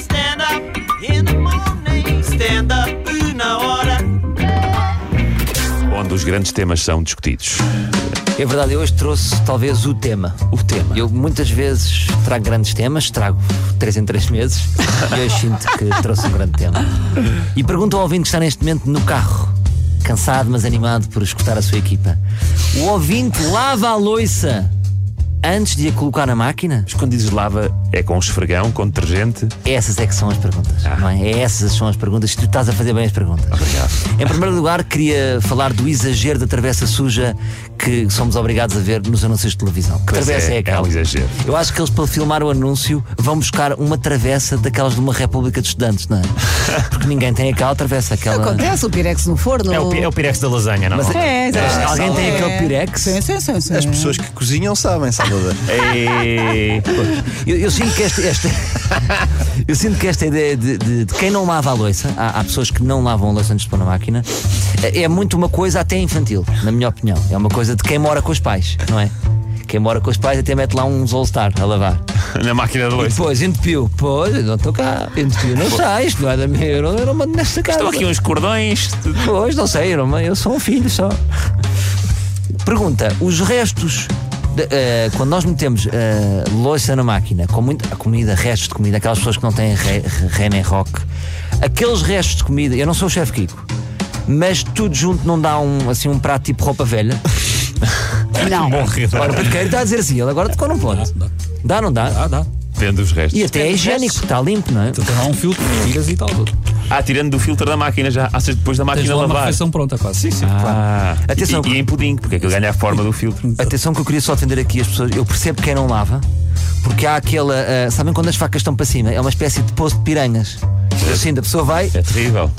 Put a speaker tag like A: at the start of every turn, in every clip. A: stand up in the morning. Stand up na hora.
B: onde os grandes temas são discutidos.
C: É verdade, eu hoje trouxe talvez o tema.
B: O tema.
C: Eu muitas vezes trago grandes temas, trago três em três meses, e hoje sinto que trouxe um grande tema. E pergunto ao ouvinte que está neste momento no carro, cansado mas animado por escutar a sua equipa. O ouvinte lava a loiça antes de a colocar na máquina?
B: Mas quando dizes lava, é com esfregão, com detergente.
C: Essas é que são as perguntas,
B: Ah.
C: não é? Essas são as perguntas, tu estás a fazer bem as perguntas.
B: Obrigado.
C: Em primeiro lugar, queria falar do exagero da travessa suja que somos obrigados a ver nos anúncios de televisão. Que
B: Pois
C: travessa
B: é,
C: é, aquela?
B: é um exagero.
C: Eu acho que eles, para filmar o anúncio, vão buscar uma travessa daquelas de uma república de estudantes, não é? Porque ninguém tem aquela travessa, aquela.
D: Acontece o Pirex no forno.
E: É o, pi- é o pirex da lasanha, não?
C: Mas-
D: É,
C: Mas
D: é,
C: alguém
D: é.
C: tem aquele Pirex?
D: Sim, sim, sim, sim.
F: As pessoas que cozinham sabem, Salvador.
E: Ei,
C: Eu, eu sinto que esta, esta- eu sinto que esta ideia de, de- de quem não lava a louça, há, há pessoas que não lavam a louça antes de pôr na máquina, é é muito uma coisa até infantil, na minha opinião. É uma coisa de quem mora com os pais, não é? Quem mora com os pais até mete lá uns All-Star a lavar.
B: Na máquina de
C: E
B: leite.
C: depois entupiu. Pois, eu não estou cá. Entupiu, não sei. Isto não é da minha. Eu não, eu não mando nesta casa.
B: Estão aqui uns cordões.
C: Pois, não sei, eu, não- eu sou um filho só. Pergunta: os restos. de- eh, quando nós metemos eh, louça na máquina, com muita comida, restos de comida, aquelas pessoas que não têm ré, ré nem rock, aqueles restos de comida, eu não sou o chefe Kiko, mas tudo junto não dá um, assim, um prato tipo roupa velha.
D: Não.
C: Ora, o Pedro está a dizer assim, ele agora tocou num ponto. Dá, não dá?
G: dá.
B: Vendo os restos.
C: E até é higiênico, porque está limpo, não é?
G: Então há um filtro, tiras e tal.
B: Ah, tirando do filtro da máquina já. Ah, seja, depois da
G: Tens
B: máquina
G: lá uma
B: lavar.
G: refeição pronta quase. Sim, sim.
B: Ah,
C: Atenção.
B: E, e em pudim, porque é aquilo ganha a forma do filtro.
C: Atenção que eu queria só atender aqui as pessoas. Eu percebo quem não lava, porque há aquela. ah, sabem quando as facas estão para cima? É uma espécie de poço de piranhas. Assim, a pessoa vai,
B: É terrível.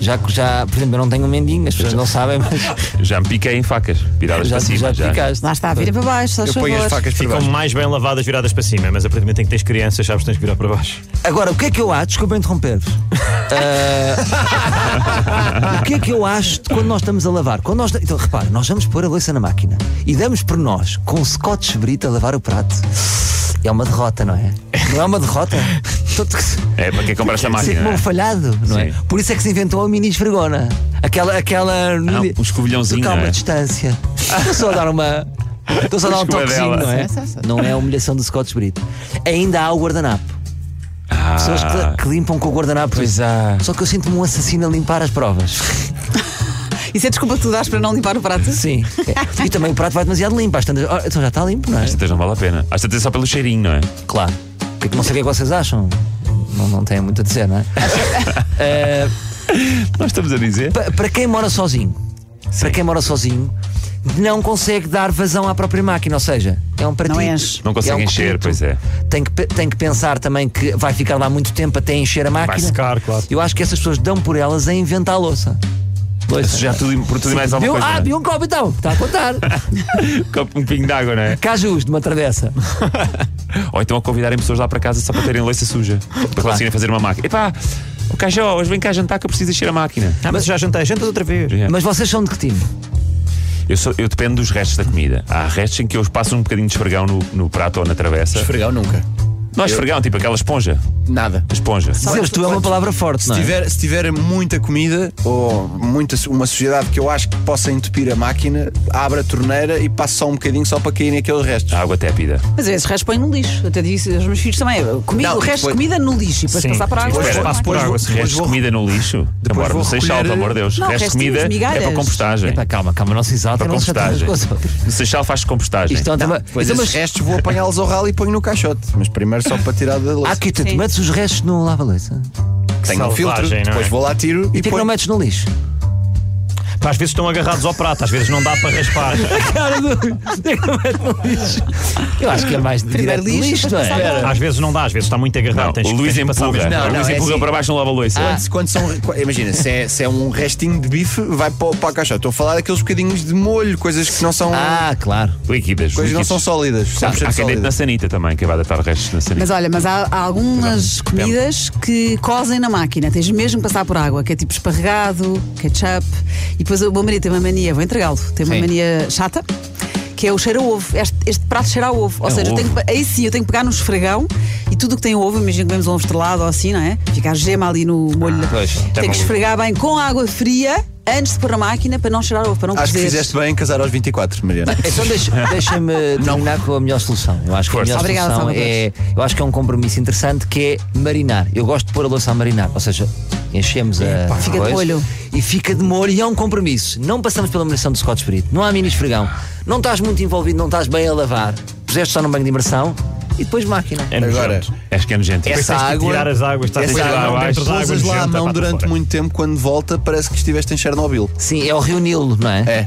C: já, já, por exemplo, eu não tenho um mendinho, as pessoas não sabem, mas
B: Já me piquei em facas, viradas
C: já,
B: para cima.
C: já,
B: Já,
C: picaste.
D: Lá está, vira para baixo, se faz
F: Eu ponho as
D: favor.
F: facas para
E: Ficam
F: baixo.
E: mais bem lavadas viradas para cima, mas a partir do momento em que tens crianças, sabes que tens que virar para baixo.
C: Agora, o que é que eu acho? Desculpa interromper-vos. Ah, o que é que eu acho de quando nós estamos a lavar? Quando nós, então, repara, nós vamos pôr a louça na máquina e damos por nós com um scotch brito a lavar o prato. É uma derrota, não é? Não é uma derrota? Todo-
B: É para quem compra esta
C: Sempre
B: máquina.
C: bom
B: não é?
C: falhado, não é?
B: Sim.
C: Por isso é que se inventou a mini esfregona. Aquela. aquela
B: Não, um escovilhãozinho,
C: Calma,
B: não é?
C: distância. Estou só a dar uma. Estou só a dar um toquezinho,
B: Escovadela.
C: não é?
D: Sim, sim, sim.
C: Não é a humilhação do Scott Brito. Ainda há o guardanapo.
B: Ah.
C: Pessoas que, que limpam com o guardanapo.
G: Pois há.
C: Só que eu sinto-me um assassino a limpar as provas.
D: Isso é desculpa que tu dás para não limpar o prato?
C: Sim. É. E também o prato vai demasiado limpo. Às tantas- Ora, Então já está limpo, não é?
B: Às tantas não vale a pena. Às tantas é só pelo cheirinho, não é?
C: Claro. Porque não sei o que é que vocês acham. Não, não tem muito a dizer, não é? Eh,
B: Nós estamos a dizer.
C: Pa- para quem mora sozinho, para quem mora sozinho, não consegue dar vazão à própria máquina, ou seja, é um pratinho.
D: enche.
B: Não consegue
C: é um
B: encher,
C: copito.
B: pois é.
C: Tem que, pe- tem que pensar também que vai ficar lá muito tempo até encher a máquina.
E: secar, claro.
C: Eu acho que essas pessoas dão por elas a inventar a louça.
B: A Sujar tudo, e- por tudo e mais alguma
C: Viu?
B: coisa. né?
C: Ah, viu um copo então, está a contar.
B: Copo, Um pingo de água, não é?
C: Cajus de uma travessa.
B: Ou então a convidarem pessoas lá para casa só para terem louça suja. Para conseguirem fazer uma máquina. Epá, o Cajó, hoje vem cá jantar que eu preciso encher a máquina.
E: Ah, mas já jantei, jantas outra vez.
B: É.
C: Mas vocês são de que time?
B: Eu, sou- eu dependo dos restos da comida. Há restos em que eu os passo um bocadinho de esfregão no, no prato ou na travessa.
F: Esfregar nunca.
B: Não é esfregão, tipo aquela esponja.
F: Nada.
B: Esponja.
C: Dizeres tu é uma palavra forte,
F: Se
C: não é?
F: tiver, se tiver muita comida ou muita, uma sociedade que eu acho que possa entupir a máquina, abre a torneira e passa só um bocadinho só para caírem aqueles restos.
B: A água tépida.
D: Mas esses restos põem no lixo. Eu até disse aos meus filhos também. Comida,
F: Não,
D: o resto de
F: depois-
D: comida no lixo e depois
E: Sim,
D: passar para a água.
E: depois
D: Depois
E: passo por
D: vai.
E: água.
F: Depois
B: Restos de
F: vou-
B: comida no lixo.
F: Depois
B: Amor,
F: vou
B: não sei
F: recolher-
B: pelo amor de Deus.
D: Não,
B: Restos de
D: restinhos,
B: comida é
D: migalhas.
B: para compostagem.
C: Epá, calma, calma, não se exaltem,
B: para
C: não se chateiem
B: compostagem.
C: com as outras.
B: No Seixal faz compostagem.
C: Isto é um tema-
F: Pois
C: Então,
F: esses
C: mas
F: restos vou apanhá-los ao ralo e ponho no caixote. Mas primeiro só para tirar da
C: Há
F: louça.
C: que tu metes os restos no lava-louça.
F: Tenho um
E: Salvagem,
F: filtro,
E: não é?
F: depois vou lá, tiro e,
C: E porquê que
F: ponho.
C: não metes no lixo?
E: Às vezes estão agarrados ao prato, às vezes não dá para raspar.
C: Cara do. Eu acho que é mais direto do
D: lixo,
C: lixo, não
D: depois
C: é?
E: Às vezes não dá, às vezes está muito agarrado.
B: Não,
E: tens,
B: o Luís
E: tens que passar
B: empurra.
E: mesmo.
B: o
C: não,
B: Luís
C: é
B: empurra
C: assim.
B: para baixo e não lava a louça.
F: Quando, quando são. Imagina, se é, se é um restinho de bife, vai para, o- para a caixa. Estou a falar daqueles bocadinhos de molho, coisas que não são.
C: Ah, claro.
B: Líquidas.
F: coisas que não
B: líquidas.
F: são sólidas.
B: Há
F: 100%
B: quem deite na
F: sólidas.
B: sanita também, que vai deitar restos na sanita.
D: Mas olha, mas há, há algumas comidas que cozem na máquina, tens mesmo que passar por água, que é tipo esparregado, ketchup. E depois o meu marido tem uma mania, vou entregá-lo, tem uma
C: Sim.
D: mania chata, que é o cheiro a ovo. Este, este prato cheira a ovo. Ou
B: É
D: seja, eu
B: ovo.
D: tenho que pe- aí sim eu tenho que pegar no esfregão e tudo o que tem ovo, imagina que comemos um ovo estrelado ou assim, não é? Fica a gema ali no molho.
C: pois,
E: até
D: tenho que
E: maluco.
D: esfregar bem com água fria antes de pôr na máquina para não cheirar ovo, para não
F: Acho que
D: cozer.
F: fizeste bem em casar aos 24, Mariana.
C: Então deixa- deixa-me terminar com a melhor solução. Eu acho que a
B: Força.
C: melhor
D: Obrigada,
C: solução
D: Salvador.
C: é. Eu acho que é um compromisso interessante que é marinar. Eu gosto de pôr a louça a marinar, ou seja, enchemos a.
D: Fica de
C: coisa
D: molho.
C: E fica de molho e é um compromisso. Não passamos pela imersão do Scott Spirit. Não há mini esfregão. Não estás muito envolvido, não estás bem a lavar. Puseste só num banho de imersão e depois máquina.
E: É
F: Agora,
E: nojento.
B: Acho que é nojento.
E: Depois
F: essa
E: tens que
F: água-
E: tirar as águas, estás a
F: Essa
E: tirar
F: água,
E: água dentro da água.
F: Pousas lá a
E: nojenta,
F: mão
E: pá,
F: durante
E: fora.
F: muito tempo, quando volta, parece que estiveste em Chernobyl.
C: Sim, é o Rio Nilo, não é?
F: É.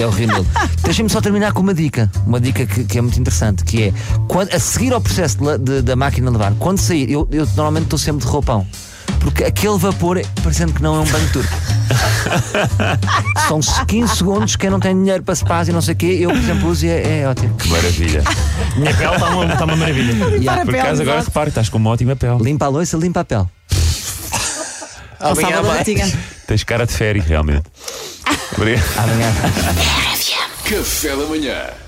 C: É o Rio Nilo. Deixem-me só terminar com uma dica, uma dica que, que é muito interessante, que é quando- a seguir ao processo de la- de- da máquina de lavar, quando sair, eu, eu normalmente estou sempre de roupão. Porque aquele vapor, é- parecendo que não é um banho turco. São 15 segundos, quem não tem dinheiro para se paz e não sei o quê, eu, por exemplo, uso e é, é ótimo.
B: Que maravilha.
E: Minha pele está uma, está uma maravilha.
C: Yeah.
B: Por acaso agora reparo, estás com uma ótima pele.
C: Limpa a louça, limpa a pele.
D: Ó, Salvador Batiga.
B: Tens cara de férias, realmente. Obrigado.
C: Amanhã.
H: Café da manhã.